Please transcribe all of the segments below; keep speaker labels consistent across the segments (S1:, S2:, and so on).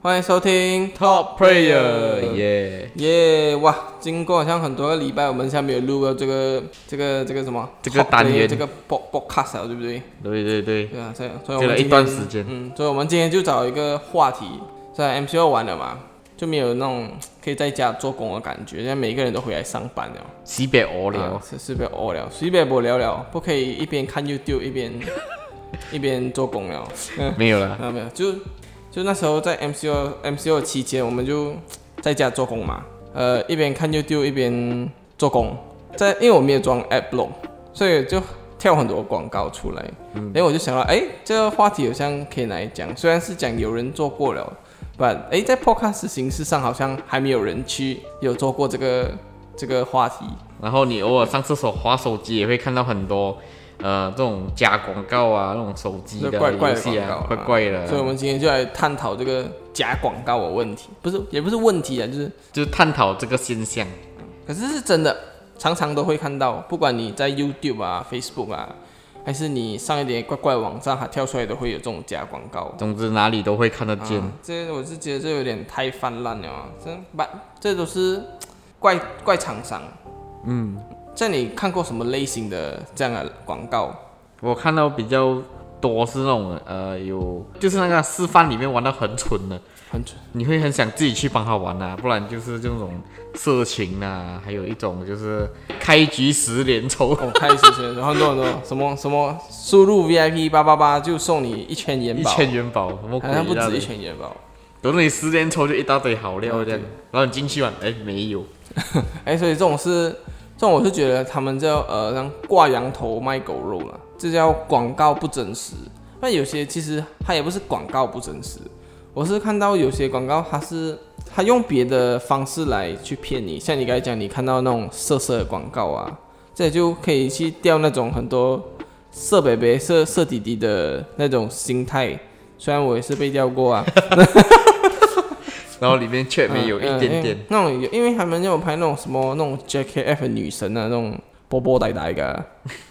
S1: 欢迎收听
S2: Top Player 耶、
S1: 耶、哇！经过好像很多个礼拜，我们下面有录了这个这个这个什么
S2: 这个单元
S1: Top Player 这个 pod podcast 啊对不对？
S2: 对对对，
S1: 对啊，所以所以我
S2: 给
S1: 们
S2: 了一
S1: 今天
S2: 段时间，
S1: 嗯，所以我们今天就找一个话题，在 MCO 完了嘛，就没有那种可以在家做工的感觉，现在每个人都回来上班了。
S2: 西北无
S1: 啊
S2: 聊，
S1: 是是不要哦了，随便不聊聊，不可以一边看 YouTube 一边 一边做工了。
S2: 没有了，
S1: 啊，没有，就就那时候在 MCO MCO 期间，我们就在家做工嘛，呃，一边看 YouTube 一边做工，在因为我没有装 App Block，所以就跳很多广告出来，然后我就想到，哎，这个话题好像可以来讲，虽然是讲有人做过了，but 哎，在 Podcast 形式上好像还没有人去有做过这个这个话题，
S2: 然后你偶尔上厕所划手机也会看到很多，呃，这种假广告啊，那种手机
S1: 就
S2: 的
S1: 怪怪
S2: 游
S1: 的
S2: 戏啊，怪
S1: 广告啊
S2: 怪的
S1: 所以我
S2: 啊，
S1: 们今天就来探讨这个假广告的问题，不是也不是问题啊，就是。
S2: 就是探讨这个现象。
S1: 可是是真的，常常都会看到，不管你在 YouTube 啊、Facebook 啊，还是你上一点怪怪的网站，它跳出来都会有这种假广告。
S2: 总之哪里都会看得见，
S1: 啊、这我是觉得这有点太泛滥了啊，这把这都是怪怪厂商。嗯，在你看过什么类型的这样的广告？
S2: 我看到比较多是那种呃有，就是那个示范里面玩的很蠢的，
S1: 很哦蠢，
S2: 你会很想自己去帮他玩啊，不然就是这种色情啊，还有一种就是开局十连抽。
S1: 我、开始学，然后很多很多什么什么输入 VIP 八八八就送你一千元
S2: 一
S1: 宝，
S2: 千元宝，什么鬼啊
S1: 好像不
S2: 啦
S1: 止一千元宝。
S2: 等你十连抽就一大堆好料
S1: 嗯
S2: 这样，然后你进去玩，哎，没有，
S1: 哎、所以这种是，这种我是觉得他们叫呃，像挂羊头卖狗肉啦，这叫广告不真实。那有些其实它也不是广告不真实，我是看到有些广告它是它用别的方式来去骗你，像你刚才讲，你看到那种色色的广告啊，这就可以去钓那种很多色北北、色色弟弟的那种心态。虽然我也是被钓过啊，
S2: 然后里面却没有
S1: 嗯
S2: 一点。
S1: 嗯
S2: 点，
S1: 那种有，因为他们有拍那种什么那种 JKF 的女神啊，那种波波呆呆的，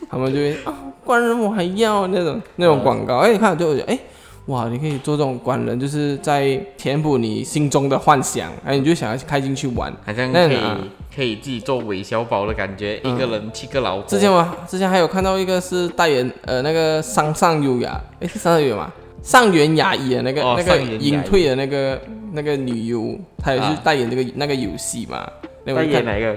S1: 他们就会啊，官人我还要那种那种广告。哎、你看，就我觉得哎、哇，你可以做这种官人，就是在填补你心中的幻想，哎、你就想要开进去玩。
S2: 好
S1: 嗯
S2: 像
S1: 那啊
S2: 可
S1: 哪
S2: 以可以自己做韦小宝的感觉，一个人七个老婆。
S1: 之前我之前还有看到一个是代言呃那个上上优雅，哎、是上上优雅吗？上元雅一的那个、
S2: 哦
S1: 那个
S2: 上元雅一
S1: 隐退的那个那个女优，她也是
S2: 啊
S1: 代言这个、那个游戏嘛。那我就看
S2: 哪一个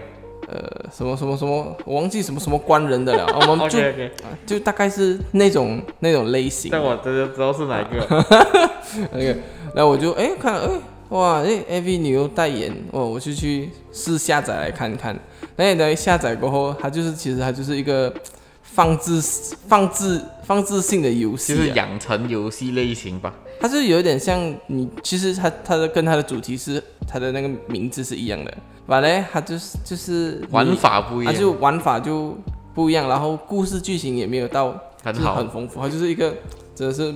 S1: 什么什么什么，我忘记什么什么官人 的了。我们就
S2: 哦？OK OK，
S1: 就大概是那种那种类型。
S2: 但我真的知道是哪一
S1: 啊
S2: 个。
S1: 那个，然后我就哎、看哎、哇，哎 AV 女优代言哦，我就去试下载来看看。然后等下载过后，它就是其实它就是一个放置放置放置性的游戏、
S2: 就
S1: 啊，
S2: 是养成游戏类型吧，
S1: 它是有点像你，其实它它的跟它的主题是它的那个名字是一样的，完嘞，它就是就是你
S2: 玩法不一
S1: 它
S2: 样，
S1: 就玩法就不一样，然后故事剧情也没有到
S2: 很
S1: 就是
S2: 好
S1: 很。丰富，它就是一个真的是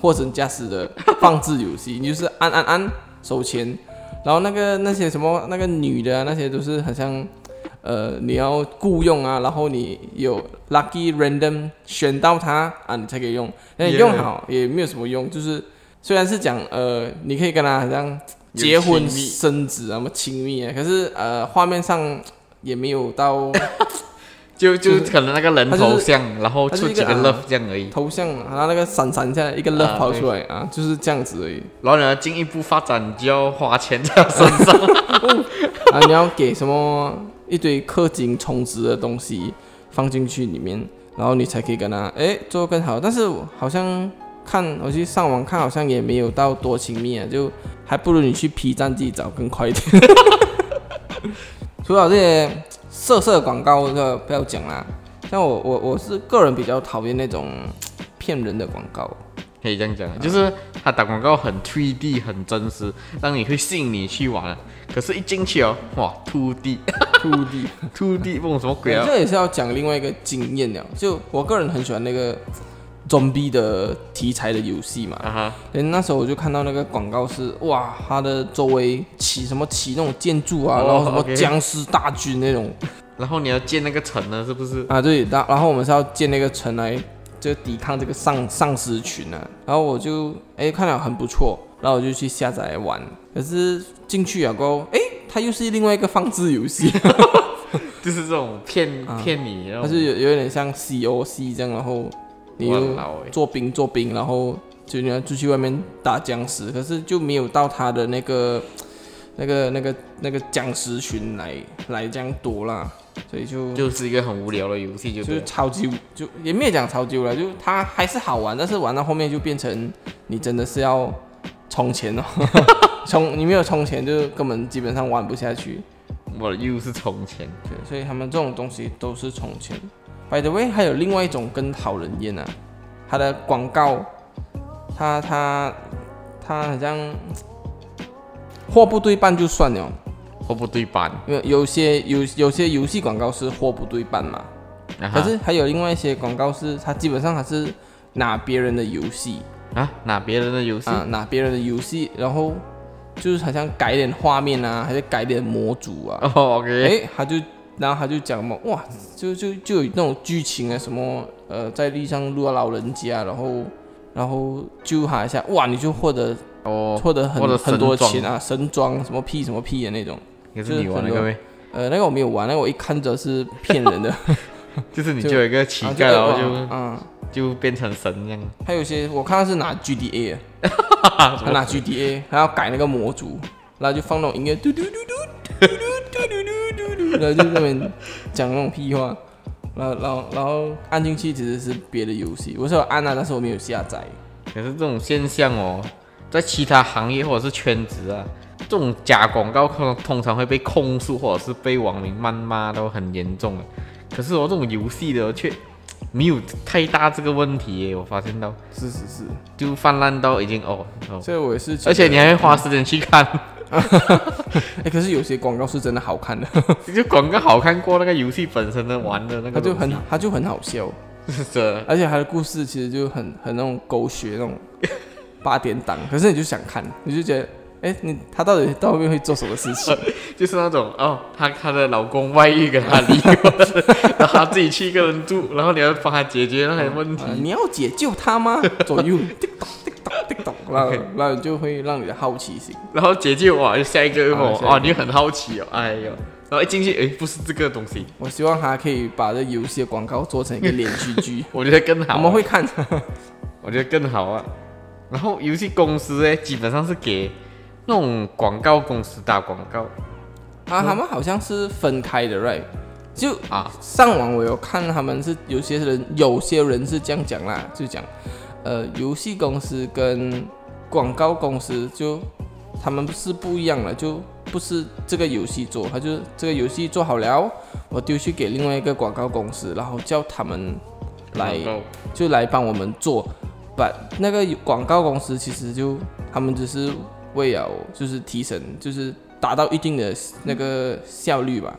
S1: 货真价实的放置游戏。你就是按按按手钱，然后那个那些什么那个女的、啊、那些都是很像，呃，你要雇佣啊，然后你有 lucky random 选到她啊，你才可以用。那你
S2: Yeah
S1: 用好也没有什么用，就是虽然是讲呃，你可以跟她好像
S2: 有
S1: 结婚
S2: 亲密
S1: 生子啊，么亲密啊，可是呃，画面上也没有到。
S2: 就
S1: 就
S2: 就是可能那个人
S1: 它就是
S2: 头像，然后
S1: 它就
S2: 出
S1: 是一
S2: 几
S1: 个
S2: 个
S1: 啊
S2: love 这样而已。
S1: 头像，然后那个闪闪下来一个 love
S2: 啊
S1: 跑出来啊，就是这样子而已。
S2: 然后你要进一步发展，你就要花钱在它身上。
S1: 啊，你要给什么一堆氪金充值的东西放进去里面，然后你才可以跟他哎做更好。但是我好像看我去上网看，好像也没有到多亲密啊，就还不如你去 P 站自己找更快一点。 除了这些色色广告的不要讲啦，像我我我是个人比较讨厌那种骗人的广告。
S2: 可以这样讲，就是他打广告很 three D 很真实，让你会吸引你去玩。可是，一进去哦，哇，two D
S1: 土地
S2: two D 梦什么鬼啊？
S1: 这也是要讲另外一个经验了。就我个人很喜欢那个 zombie 的题材的游戏嘛，
S2: 啊哈，
S1: 连那时候我就看到那个广告是哇，它的周围起什么起那种建筑啊，
S2: 哦
S1: 然后什么
S2: OK
S1: 僵尸大军那种
S2: 然后你要建那个城呢，是不是？
S1: 啊，对，然然后我们是要建那个城来就抵抗这个丧丧尸群啊，然后我就哎看了很不错，然后我就去下载来玩。可是进去了过后，诶，它又是另外一个放置游戏，
S2: 就是这种骗
S1: 啊
S2: 骗你，然
S1: 它
S2: 后
S1: 是有有点像 COC 这样，然后你又
S2: 老哎，
S1: 做兵做兵，然后就你要出去外面打僵尸，可是就没有到他的那个那个那个那个僵尸群来来这样多啦，所以就
S2: 就是一个很无聊的游戏，就
S1: 就是是超级无就也没有讲超级无聊，就它还是好玩，但是玩到后面就变成你真的是要充钱哦， 充你没有充钱就根本基本上玩不下去。
S2: 我又是充钱，
S1: 对，所以他们这种东西都是充钱。By the way，还有另外一种更讨人厌啊，它的广告，它它它好像货不对半就算了，
S2: 货不对版，
S1: 因为有些有有些游戏广告是货不对半嘛，
S2: 啊哈
S1: 可是还有另外一些广告是它基本上它是拿别人的游戏
S2: 啊拿别人的游戏，
S1: 啊，拿别人的游戏，然后就是好像改点画面啊，还是改点模组啊，
S2: 哦 OK，
S1: 哎，他就，然后他就讲嘛，哇，就就就有那种剧情啊，什么呃，在地上撸啊老人家，然后然后救他一下，哇，你就获得
S2: 哦，
S1: 获得很
S2: 获得
S1: 很多
S2: 神装
S1: 钱啊，神装什么屁什么屁的那种。
S2: 也
S1: 就是
S2: 是你玩
S1: 很
S2: 那啊个
S1: 多
S2: 呗，
S1: 呃，那个我没有玩，那个我一看着是骗人的，
S2: 就是你
S1: 就
S2: 就有一个乞
S1: 啊
S2: 丐，然后
S1: 嗯、
S2: 就
S1: 啊
S2: 就变成神一样，
S1: 还有一些我看他是拿 GDA，啊 他拿 GDA，他要改那个模组，然后就放那种音乐，嘟嘟嘟嘟嘟嘟嘟嘟嘟嘟，然后就在那边讲那种屁话，然后然后然后按进去其实是别的游戏，我是有按啊，但是我没有下载。
S2: 可是这种现象哦，在其他行业或者是圈子啊，这种假广告通通常会被控诉或者是被网民谩骂都很严重的。可是我、哦这种游戏的却没有太大这个问题耶，我发现到
S1: 是是是，
S2: 就泛滥到已经哦哦，
S1: 所以我也是觉得，
S2: 而且你还会花时间去看，
S1: 哎、可是有些广告是真的好看的，
S2: 就广告好看过那个游戏本身的玩的那
S1: 它
S2: 个
S1: 就
S2: 东西，
S1: 很它就很好笑，
S2: 是的，
S1: 而且它的故事其实就很很那种狗血那 种八点档，可是你就想看，你就觉得，哎、你他到底到后面会做什么事情？
S2: 就是那种哦，她她的老公外遇跟她离婚， 然后她自己去一个人住，然后你要帮她解决那些问题
S1: 啊，你要解救他吗？左右滴咚滴咚滴咚，然后然后就会让你的好奇心。
S2: 然后解救我，下一个又问
S1: 啊
S2: 我
S1: 下一个
S2: 哦，你很好奇哦，哎呦，然后一进去，哎，不是这个东西，，
S1: 我希望他可以把这游戏的广告做成一个连续剧
S2: 我觉得更好，啊
S1: 我们会，看。
S2: 我觉得更好啊。然后游戏公司哎，基本上是给那种广告公司打广告
S1: 啊，他们好像是分开的，right？就
S2: 啊，
S1: 上网我有看，他们是有些人有些人是这样讲啦，就讲，呃，游戏公司跟广告公司就他们是不一样的，就不是这个游戏做，他就这个游戏做好了，我丢去给另外一个广告公司，然后叫他们来
S2: 广告
S1: 就来帮我们做，把那个广告公司其实就他们只是为了就是提升，就是达到一定的那个效率吧。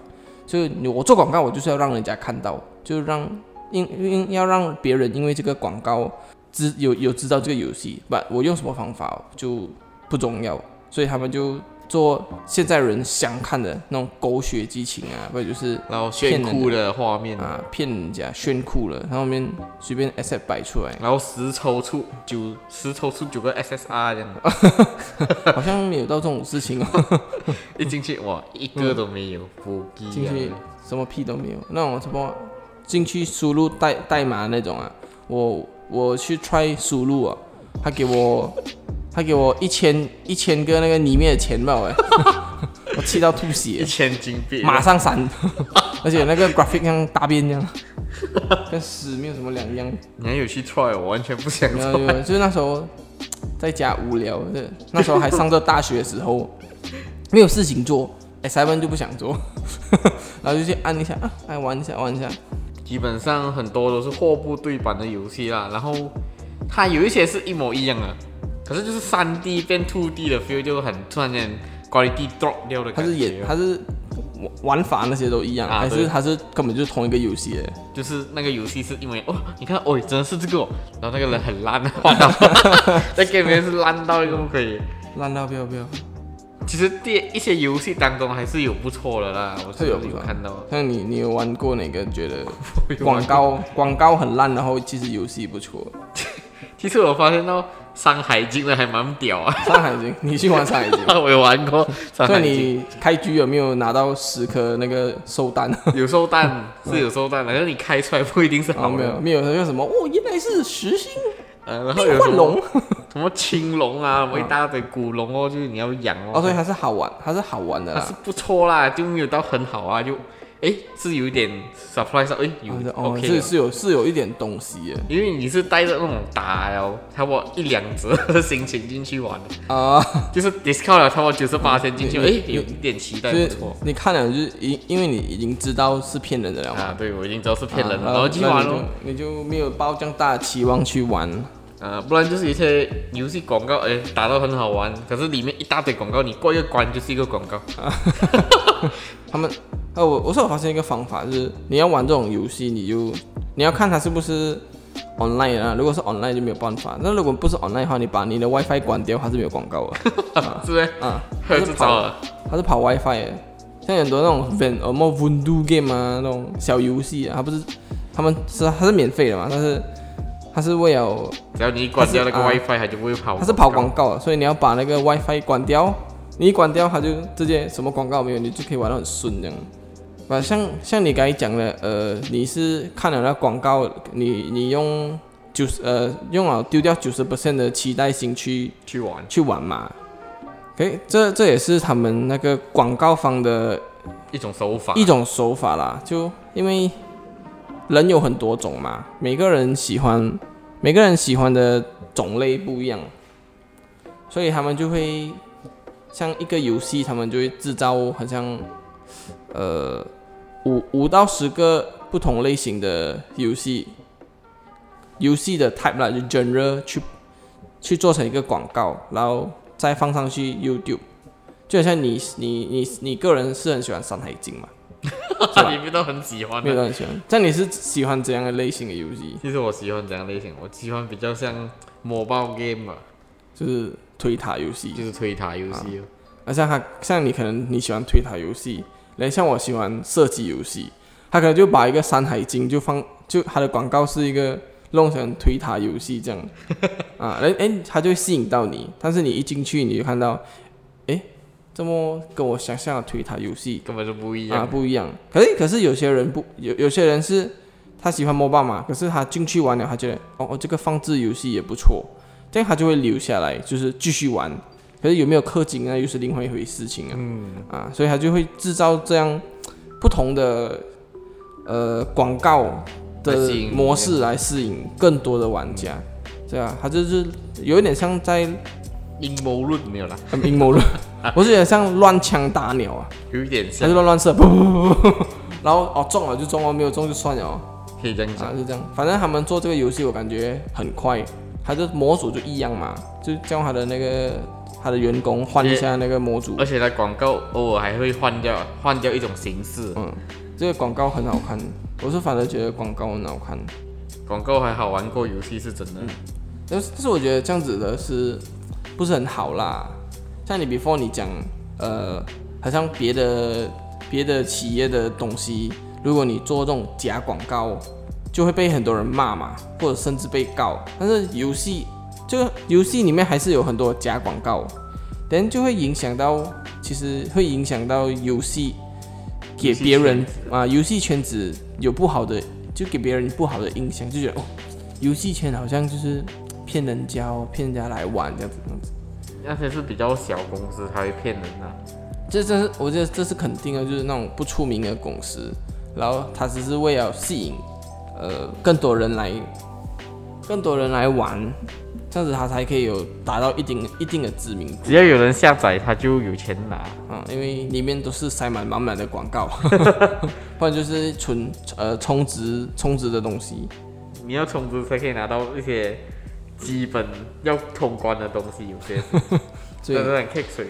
S1: 就你我做广告，我就是要让人家看到，就让因因要让别人因为这个广告知有有知道这个游戏，不，我用什么方法就不重要，所以他们就做现在人想看的那种狗血激情啊，或者就是
S2: 然后炫酷的画面，
S1: 啊骗人家炫酷了，然后后面随便 asset 摆出来，
S2: 然后十抽出九十抽出九个 SSR 这样，
S1: 啊 好像没有到这种事情哦，
S2: 一进去哇，一个都没有，不一
S1: 进
S2: 样
S1: 去什么屁都没有，那种什么进去输入代代码那种啊，我我去 try 输入啊，他给我他给我一千一千个那个里面的钱包哎， 我气到吐
S2: 一
S1: 血，
S2: 千金币，
S1: 马上闪， 而且那个 graphic 像大便一样，跟屎没有什么两样。
S2: 你还有去 try，我完全不想
S1: 没
S2: try，
S1: 有没有，就是那时候在家无聊，对那时候还上着大学的时候，没有事情做，哎、塞班就不想做， 然后就去按一下啊，来玩一下玩一下，
S2: 基本上很多都是货不对版的游戏啦，然后它有一些是一模一样的，可是就是三 D 变 two D 的 feel 就很突然间 quality drop 掉的
S1: 他
S2: 感
S1: 是
S2: 觉
S1: 演，他是玩玩法那些都一样，
S2: 啊
S1: 还
S2: 对
S1: 是他是根本就是同一个游戏哎，
S2: 就是那个游戏是因为哦，你看哦，真的是这个、哦，然后那个人很烂， 换到在 game 里面是烂到一个不可以。
S1: 烂到不要不要，
S2: 其实第一些游戏当中还是有不错的啦，我是
S1: 会有
S2: 有
S1: 不错
S2: 看到，
S1: 像你你有玩过哪个觉 得
S2: 我有玩
S1: 广告广告很烂，然后其实游戏不错，
S2: 其实我发现到山海经的还蛮屌啊，。
S1: 山海经，你去玩山海经
S2: 我有玩过山
S1: 所
S2: 海
S1: 以
S2: 经，
S1: 你开局有没有拿到十颗那个寿蛋？
S2: 有收蛋是有收蛋的，但是你开出来不一定是
S1: 啊，
S2: 好
S1: 没
S2: 的。
S1: 有，没有人说什么哦，原来是实心
S2: 呃，然后
S1: 变
S2: 有什
S1: 幻
S2: 么
S1: 龙
S2: 什么青龙啊，什么一大堆古龙哦，就是你要养哦。
S1: 哦，所以还是好玩，还是好玩的
S2: 它
S1: 啦
S2: 是。不错啦，就没有到很好啊，就哎是有一点 surprise，哎有
S1: 啊哦，
S2: OK
S1: 是
S2: 了。
S1: 是有是有一点东西 耶
S2: 因为你是带着那种打了差不多一两折的心情进去玩的，
S1: 啊，
S2: 就是 discount 了差不多九十八先进去，
S1: 嗯
S2: 哎
S1: 你你
S2: 有一点期待
S1: 就
S2: 不
S1: 是
S2: 错
S1: 你看了就是因因为你已经知道是骗人的了嘛，
S2: 啊。对，我已经知道是骗人
S1: 啊
S2: 了，然后去玩
S1: 那
S2: 咯。
S1: 你就你就没有抱这样大的期望去玩。
S2: 啊，不然就是一些游戏广告，哎打到很好玩，可是里面一大堆广告，你过一个关就是一个广告。
S1: 他们，呃，我我是有发现一个方法，就是你要玩这种游戏，你就你要看它是不是 online 啊，如果是 online 就没有办法，那如果不是 online 的话，你把你的 WiFi 关掉，它是没有广告的。
S2: 是不是？
S1: 啊，
S2: 还有这招啊？
S1: 它是跑 WiFi 的，像很多那种 van 呃么 w i n d o game 啊那种小游戏啊，它不是他们是它是免费的嘛，但是它是为了
S2: 只要你一关掉那个
S1: 它是啊
S2: WiFi，它就不会跑。
S1: 它是跑广告的，所以你要把那个 WiFi 关掉，你一关掉它就直接什么广告没有，你就可以玩得很顺这样。啊，像像你刚才讲的，呃，你是看了那广告，你你用九十呃用了丢掉九十 percent 的期待心去
S2: 去玩。
S1: 去玩嘛。OK，这这也是他们那个广告方的
S2: 一种手法，
S1: 一种手法啦，就因为人有很多种嘛，每个人喜欢每个人喜欢的种类不一样，所以他们就会像一个游戏，他们就会制造好像呃五五到十个不同类型的游戏，游戏的 type 啦，就 genre 去去做成一个广告，然后再放上去 YouTube。就好像你你你你个人是很喜欢《山海经》嘛？吧
S2: 你们都很喜欢
S1: 没有
S2: 的。
S1: 人喜欢。但你是喜欢怎样的类型的游戏？
S2: 其实我喜欢怎样类型？我喜欢比较像呃 mobile game 啊，
S1: 就是推塔游
S2: 就
S1: 戏。
S2: 是推塔游戏哦。
S1: 那像他，像你可能你喜欢推塔游戏，来像我喜欢射击游戏，他可能就把一个《山海经》就放，就他的广告是一个弄成推塔游戏这样啊，哎哎，他就会吸引到你。但是你一进去，你就看到，哎，这么跟我想象的推塔游戏
S2: 根本就不一
S1: 啊，
S2: 样。
S1: 不一样。可是可是有些人不有有些人是他喜欢 MOBA 嘛，可是他进去玩了，他觉得哦哦这个放置游戏也不错，这样他就会留下来，就是继续玩。可是有没有氪金啊，又是另外一回事情啊。
S2: 嗯，
S1: 啊，所以他就会制造这样不同的呃广告
S2: 来
S1: 的
S2: 吸引
S1: 模式来吸引更多的玩家，对啊，他就是有一点像在
S2: 阴谋论没有啦，
S1: 很阴谋论， 我是有点像乱枪打鸟啊。
S2: 有一点
S1: 他
S2: 像
S1: 就，乱乱射，不不不不，然后哦中了就中了，没有中就算了哦，
S2: 可以这样
S1: 啊
S2: 讲。
S1: 就这样，反正他们做这个游戏我感觉很快，他就模组就一样嘛，就叫他的那个他的员工换一下那个模组
S2: 而，且它广告偶尔还会换掉，换掉一种形式。
S1: 嗯，这个广告很好看，我是反而觉得广告很好看，
S2: 广告还好玩过游戏是真的。
S1: 但是但是我觉得这样子的是不是很好啦？像你 before 你讲，呃，好像别的别的企业的东西，如果你做这种假广告，就会被很多人骂嘛，或者甚至被告。但是游戏就游戏里面还是有很多假广告，等就会影响到，其实会影响到游戏给
S2: 游戏
S1: 别人
S2: 圈
S1: 啊，游戏圈子有不好的，就给别人不好的印象，就觉得哦，游戏圈好像就是骗人家哦，骗人家来玩这样子。这样子
S2: 那些是比较小公司才会骗人啊。
S1: 这这是我觉得这是肯定的，就是那种不出名的公司，然后他只是为了吸引呃更多人来，更多人来玩，这样子他才可以有达到一定一定的知名度
S2: 只要有人下载，他就有钱拿。
S1: 啊，因为里面都是塞满满满的广 告，不然就是纯呃充值充值的东西。
S2: 你要充值才可以拿到一些基本要通关的东西，有些是
S1: 所以
S2: 真的很 kick 水。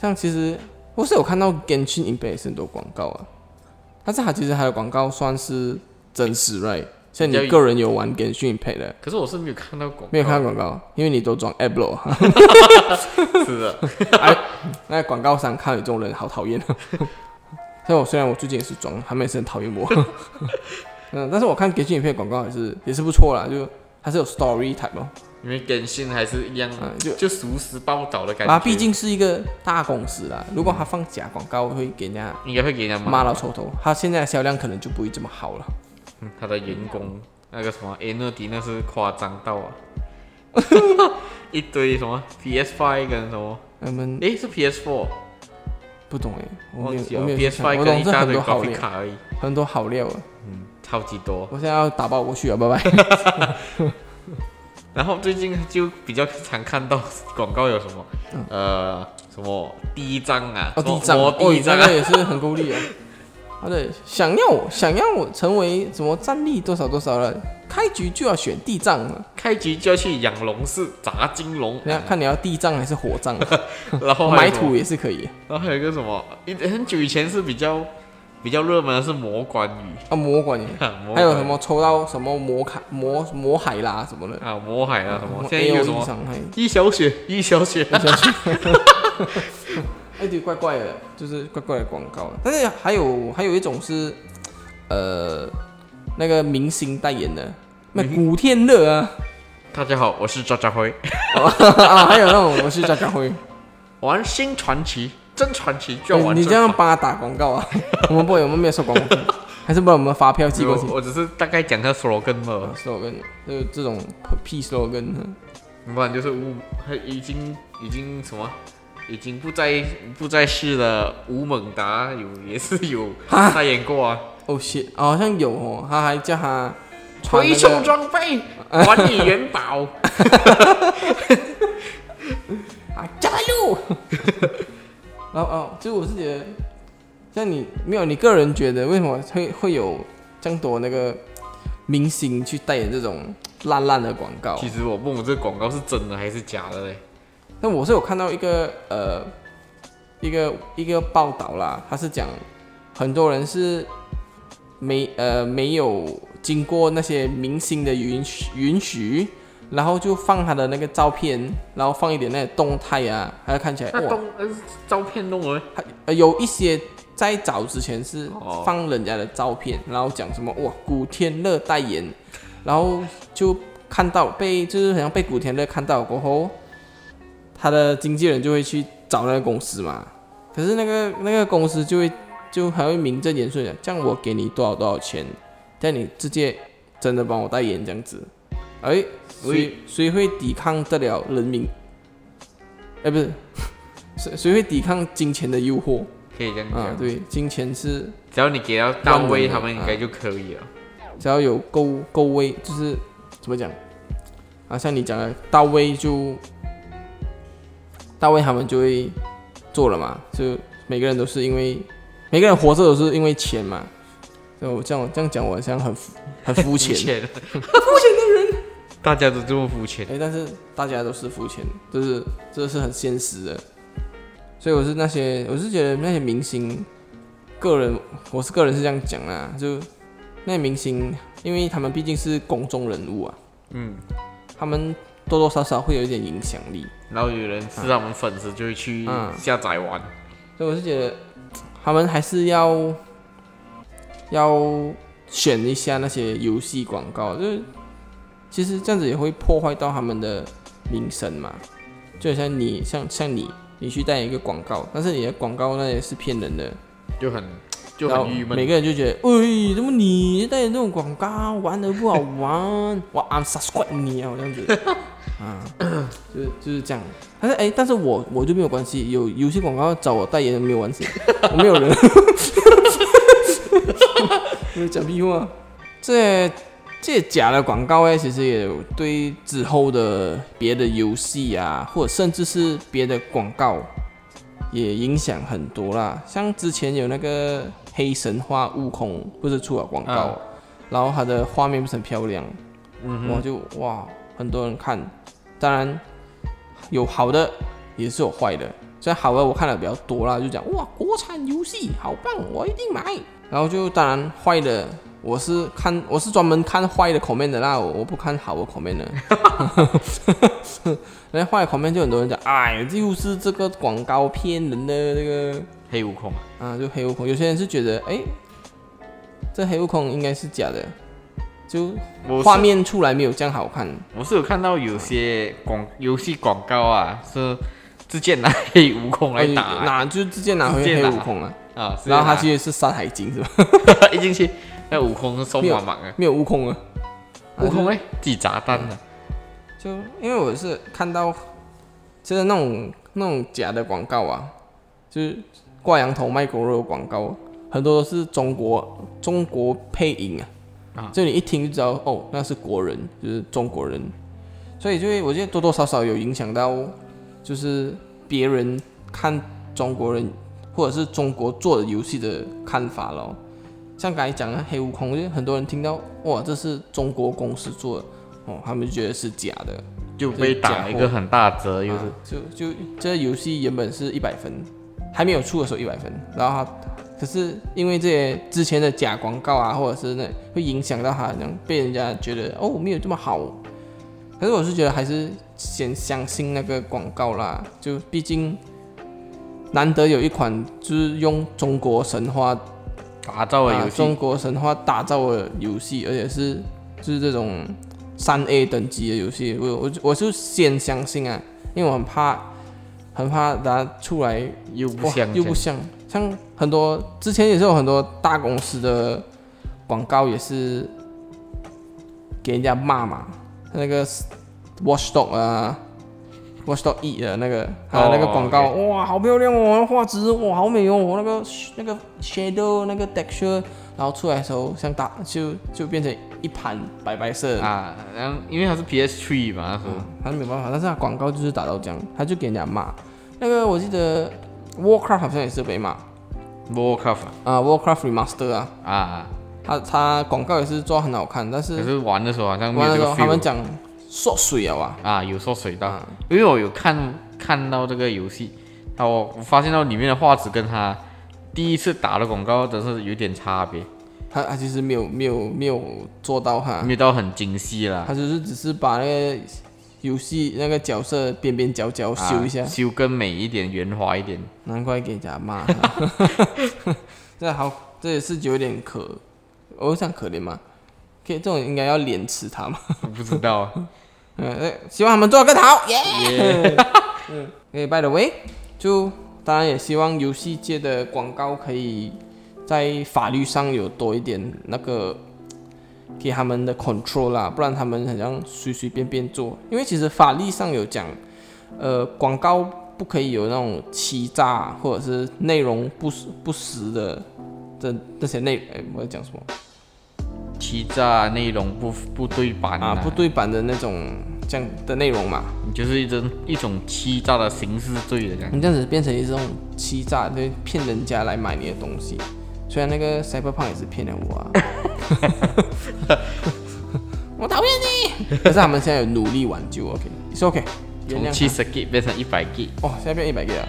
S1: 像其实我是有看到 Genshin Impact 也是很多广告啊，但是它其实还有广告算是真实 right，像
S2: 比较
S1: 你个人有玩 Genshin Impact 的。
S2: 可是我是没有看到广告，
S1: 没有看到广
S2: 哦
S1: 告，因为你都装 app 了。
S2: 是的，
S1: 那广告商看有这种人好讨厌 啊。像我虽然我最近也是装，他们也是很讨厌我。 嗯，但是我看给讯影片广告也是也是不错啦，就它是有 story type 哦，
S2: 因为电信还是一样，
S1: 啊，就
S2: 就熟识报道的感觉。
S1: 啊，毕竟是一个大公司啦，如果他放假广告，会给人家
S2: 应该会给人家骂
S1: 骂到臭头。他现在的销量可能就不会这么好了。
S2: 嗯他的员工那个什么 A 诺迪那是夸张到啊， 一堆什么 PS Five 跟什么，
S1: 我们
S2: 诶是 PS Four，
S1: 不懂哎，我
S2: 忘
S1: 没
S2: 记
S1: 有我
S2: 了
S1: 没有去
S2: PS
S1: 想，
S2: Five
S1: 我
S2: 跟
S1: 懂
S2: 一
S1: 是
S2: 大
S1: 很
S2: 堆
S1: 多好
S2: graphic
S1: 料，
S2: 卡而已，
S1: 很多好料啊。
S2: 嗯，超级多。
S1: 我现在要打包过去了，拜拜。
S2: 然后最近就比较常看到 广告有什么，呃，什么第一张啊，
S1: 嗯哦，
S2: 什么
S1: 第一张，
S2: 摸
S1: 哦，
S2: 第一
S1: 你那
S2: 张
S1: 个
S2: 啊，
S1: 也是很够力啊。他的想要我想要我成为什么战力多少多少了，开局就要选地藏了。
S2: 开局就要去养龙寺砸金龙，
S1: 你要看你要地藏还是火 藏，
S2: 哎 然后还
S1: 买
S2: 有什么
S1: 土也是可以
S2: 然后还有一个什么，一很久以前是比较比较热门的是魔关羽，
S1: 啊。魔管也，
S2: 哈魔
S1: 还有
S2: 关
S1: 什
S2: 羽
S1: 么抽到什么魔卡魔魔海啦什么的，
S2: 啊魔海啊什么，现在
S1: A
S2: 又
S1: O
S2: 有什
S1: E
S2: 么
S1: 伤害。
S2: 一小雪一小雪，
S1: 哎，对，怪怪的，就是怪怪的广告。但是还有还有一种是，呃，那个明星代言的，那古天乐啊，
S2: 大家好，我是渣渣辉，
S1: 啊，还有那种我是张家辉，
S2: 玩新传奇，真传奇就要
S1: 哎
S2: 玩
S1: 你
S2: 真
S1: 这样
S2: 传
S1: 帮他打广告啊？ 我们不会，我们没有收广告 费，还是把我们发票寄
S2: 奇
S1: 过去
S2: 我我只是大概讲一下 slogan 嘛，
S1: ？slogan 就是这种屁 slogan，
S2: 不然就是无已经已经什么。已经不在不在世的吴孟达有也是有代言过啊，
S1: 哦 shit，哦好像有哦，他还叫他穿
S2: 回
S1: 那
S2: 收
S1: 个，
S2: 装备，还你 元宝。
S1: 啊，加班路。 然后哦，就我是觉得，像你没有你个人觉得为什么会会有这样多那个明星去代言这种烂烂的广告？
S2: 其实我问我这个广告是真的还是假的嘞？
S1: 但我是有看到一个呃，一个一个报道啦，他是讲很多人是没呃没有经过那些明星的允许允许，然后就放他的那个照片，然后放一点那个动态啊，还有看起来
S2: 那
S1: 哇，
S2: 动呃照片弄了
S1: 还呃有一些在早之前是
S2: 哦
S1: 放人家的照片，然后讲什么哇古天乐代言，然后就看到被就是好像被古天乐看到过后，他的经纪人就会去找那个公司嘛，可是那个那个公司就会就还会名正言顺的讲，这样我给你多少多少钱，但你直接真的帮我代言这样子，哎，
S2: 所以
S1: 谁谁会抵抗得了人民？ 哎，不是，谁谁会抵抗金钱的诱惑？
S2: 可嗯以这样
S1: 啊，
S2: 讲，
S1: 对，金钱是
S2: 只要你给到到
S1: 万能的
S2: 位，他们应该就可以了。
S1: 只要有够够位，就是怎么讲啊？像你讲的到位就到位，他们就会做了嘛。就每个人都是因为每个人活着都是因为钱嘛。就这样这样讲，我好像很肤很肤浅。
S2: 浅，肤 浅的人，大家都这么肤浅。
S1: 哎、但是大家都是肤浅，就是这是很现实的。所以我是那些，我是觉得那些明星，个人我是个人是这样讲啦，就那些明星，因为他们毕竟是公众人物啊，
S2: 嗯，
S1: 他们多多少少会有一点影响力，
S2: 然后有人是他们粉丝就会去
S1: 嗯
S2: 下载玩，
S1: 所以我是觉得他们还是要要选一下那些游戏广告，就是其实这样子也会破坏到他们的名声嘛。就好像你像像你，你去代言一个广告，但是你的广告那也是骗人的，
S2: 就很就
S1: 然后
S2: 很郁
S1: 每
S2: 闷。
S1: 个人就觉得，喂，怎么你代言这种广告玩的不好玩？ 我 I'm subscribe 你啊，我这样 子，啊，就是就是这样。但是哎、但是我我就没有关系，有游戏广告找我代言的没有关系，我没有人，没有讲屁话。这这假的广告哎，其实也对之后的别的游戏啊，或者甚至是别的广告也影响很多啦。像之前有那个黑神话悟空不是出了广告，
S2: 啊
S1: 然后它的画面不是很漂亮，
S2: 嗯
S1: 我
S2: 哼，
S1: 就哇，很多人看。当然有好的，也是有坏的。虽然好的我看的比较多啦，就讲哇，国产游戏好棒，我一定买。然后就当然坏的，我是看我是专门看坏的 comment 的啦，我我不看好的 comment 的。 人家坏的 comment 就很多人讲，哎，就是这个广告骗人的这个。
S2: 黑悟空，
S1: 啊，就黑悟空。有些人是觉得，哎、这黑悟空应该是假的，就
S2: 我
S1: 画
S2: 是
S1: 面出来没有这样好看。
S2: 我是有看到有些
S1: 啊
S2: 广游戏广告啊，是直接拿黑悟空来打
S1: 哎
S2: 啊，
S1: 拿就直接拿回
S2: 直接
S1: 黑
S2: 拿
S1: 悟空了，
S2: 啊直接
S1: 然
S2: 拿
S1: 后他其实是山海经是吧？
S2: 一进去，那悟空手
S1: 没有
S2: 忙忙啊，
S1: 没有悟空了，
S2: 悟空哎，自己砸蛋
S1: 嗯
S2: 了，
S1: 就因为我是看到，就是那种那种假的广告啊，就是挂羊头卖狗肉的广告，啊很多都是中国中国配音啊
S2: 啊，
S1: 就你一听就知道哦，那是国人，就是中国人，所以就会我觉得多多少少有影响到，就是别人看中国人或者是中国做的游戏的看法咯。像刚才讲的黑悟空，就是很多人听到哇，这是中国公司做的，哦，他们就觉得是假的。
S2: 就被打了一
S1: 假
S2: 个
S1: 货
S2: 很大折，又是
S1: 啊就就这游戏原本是一百分，还没有出的时候一百分，然后它可是因为这些之前的假广告啊，或者是那会影响到它，让被人家觉得哦没有这么好。可是我是觉得还是先相信那个广告啦，就毕竟难得有一款就是用中国神话
S2: 打造的
S1: 啊
S2: 游
S1: 中
S2: 戏，
S1: 国神话打造的游戏，而且是就是这种三 A 等级的游戏，我我我就先相信啊，因为我很怕很怕它出来
S2: 又不
S1: 哇
S2: 像
S1: 又不像，像很多之前也是有很多大公司的广告也是给人家骂嘛，那个 Watchdog 啊。Watchdog E 的那个，还有那个
S2: 哦
S1: 广告哇，好漂亮哦，画质哇，好美哦，那个那个 shadow 那个 texture，然后出来的时候像打就就变成一盘白白色的
S2: 啊，然后因为它是 PS Three 嘛，那时候
S1: 他没有办法，但是他广告就是打到这样，他就给人家骂。那个我记得 Warcraft 好像也是被骂啊、
S2: Warcraft
S1: ，Warcraft Remaster 啊，
S2: 啊，
S1: 他他广告也是做得很好看，但
S2: 可
S1: 是
S2: 是玩的时候好像没
S1: 完
S2: 有
S1: 了之
S2: 这个
S1: 后他们
S2: feel
S1: 讲缩水了啊，
S2: 啊，有受水到，
S1: 啊
S2: 因为我有看看到这个游戏，它我我发现到里面的画质跟它第一次打的广告真是有点差别，
S1: 他他其实没有没有没有做到哈，
S2: 没有到很精细啦，
S1: 他就是只是把那个游戏那个角色边边角角
S2: 啊
S1: 修一下，
S2: 修更美一点，圆滑 一点。
S1: 难怪给人家骂。这好，这也是有点可，我想可怜嘛，可以这种应该要连吃他嘛。
S2: 我不知道
S1: 嗯，希望他们做得更好，耶、 嗯，by the way，就当然也希望游戏界的广告可以在法律上有多一点那个给他们的 control 啦，不然他们好像随随便便做。因为其实法律上有讲，呃，广告不可以有那种欺诈或者是内容不实不实的这这些内，哎，我在讲什么？
S2: 欺诈内容不不对版
S1: 啊，不，对版的那种这样的内容嘛。
S2: 你就是一种一种欺诈的刑事罪的这样。
S1: 你这样子变成一种欺诈，就是骗人家来买你的东西。虽然那个 Cyberpunk 也是骗了我啊， 我讨厌你。可是他们现在有努力挽救，OK，是 OK，原
S2: 从
S1: 谅
S2: 七
S1: 他。
S2: 十 G 变成一百 G，
S1: 哦，现在变一百 G 了。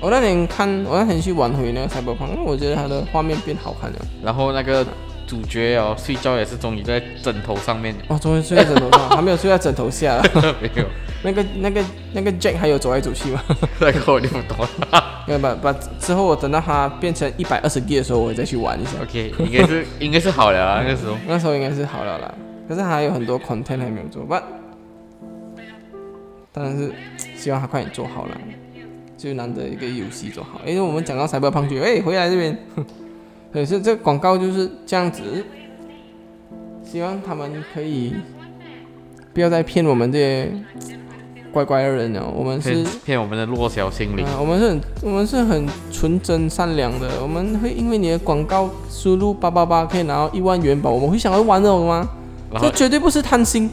S1: 我那天看，我那天去玩回那个 Cyberpunk，因为我觉得它的画面变好看了。
S2: 然后那个主角哦，睡觉也是终于在枕头上 面，
S1: 哦，终于睡在枕头上，还没有睡在枕头下。
S2: 没有，
S1: 那个、那个、那个 Jack 还有走来走去吗？
S2: 那个我就不懂了。
S1: 要把把之后我等到它变成一百二十 G 的时候，我再去玩一下。
S2: OK，应 该是应该是好了啊，那个时候。
S1: 那时候应该是好了啦，可是还有很多 content 还没有做，不，当然是希望他快点做好了，就难得一个游戏做好。因为我们讲到 Cyberpunk，就哎、回来这边， 可是这个广告就是这样子，希望他们可以不要再骗我们这些乖乖的人哦了，我们
S2: 骗
S1: 是。
S2: 骗我们的弱小心灵
S1: 啊，我们是很我们是很纯真善良的，我们会因为你的广告输入八八八可以拿到一万元宝，我们会想要玩的好吗？
S2: 然后
S1: 这绝对不是贪心，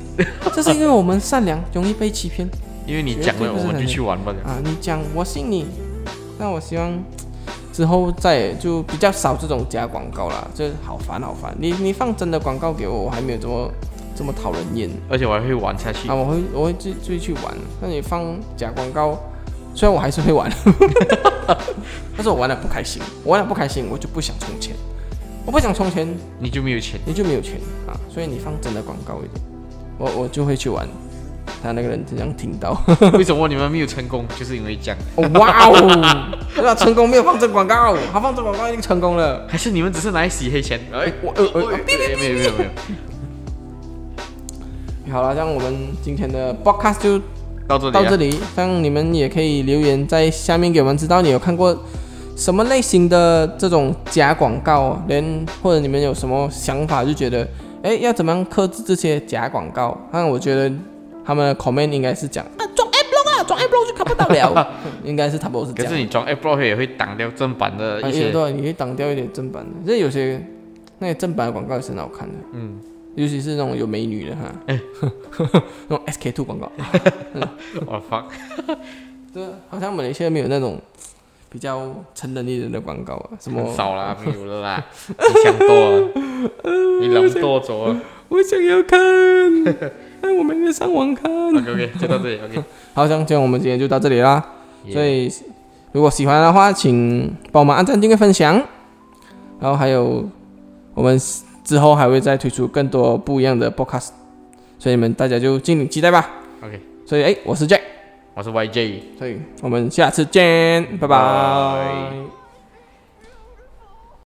S1: 这是因为我们善良，容易被欺骗
S2: 因为你讲了，我们就去玩吧。
S1: 啊！你讲我信你，但我希望之后再也就比较少这种假广告啦，这好烦好烦。你你放真的广告给我，我还没有这么这么讨人厌。
S2: 而且我还会玩下去
S1: 啊，，我会我会自自己去玩。那你放假广告，虽然我还是会玩， 但是我玩的不开心，我玩的不开心，我就不想充钱，我不想充钱，
S2: 你就没有钱。
S1: 你就没有钱啊。所以你放真的广告一点，我我就会去玩。他那个人怎样听到？
S2: 为什么你们没有成功？就是因为这样，
S1: 哦哇哦，对吧？成功没有放这广告，他放这广告一定成功了。
S2: 哎呃还是你们只是拿来洗黑钱？哎，我呃呃，没有没有没有，
S1: 好了，这样我们今天的 podcast 就
S2: 到这里、
S1: 到
S2: 啊，
S1: 这里，这样你们也可以留言在下面给我们知道你有看过什么类型的这种假广告，连或者你们有什么想法，就觉得哎要怎么样克制这些假广告？但我觉得他们的 comment 应该是讲啊装 app 啊，装 app 就看不到了，应该是差不多是这
S2: 可
S1: 样
S2: 是。你装 Apple 也会挡掉正版的
S1: 啊
S2: 一
S1: 有
S2: 些，
S1: 对，你可以挡掉一点正版的，这有些那些正版的广告也是很好看的，嗯，尤其是那种有美女的哈， 那种 SK two 广告，
S2: 我，Oh, fuck，
S1: 对，啊好像马来西亚没有那种比较成人一点的广告啊，什么
S2: 很少啦，没有了啦，你想多了， 你谂多咗啊
S1: 我想要看， 但我没得上网看。
S2: ，OK OK，就到这里，OK，
S1: 好，像这样我们今天就到这里啦。
S2: 耶
S1: 所以如果喜欢的话，请帮我们按赞、订阅、分享。然后还有，我们之后还会再推出更多不一样的 podcast，所以你们大家就敬请期待吧。
S2: OK，
S1: 所以哎，我是 Jack，
S2: 我是 YJ。
S1: 所以我们下次见，拜拜
S2: 拜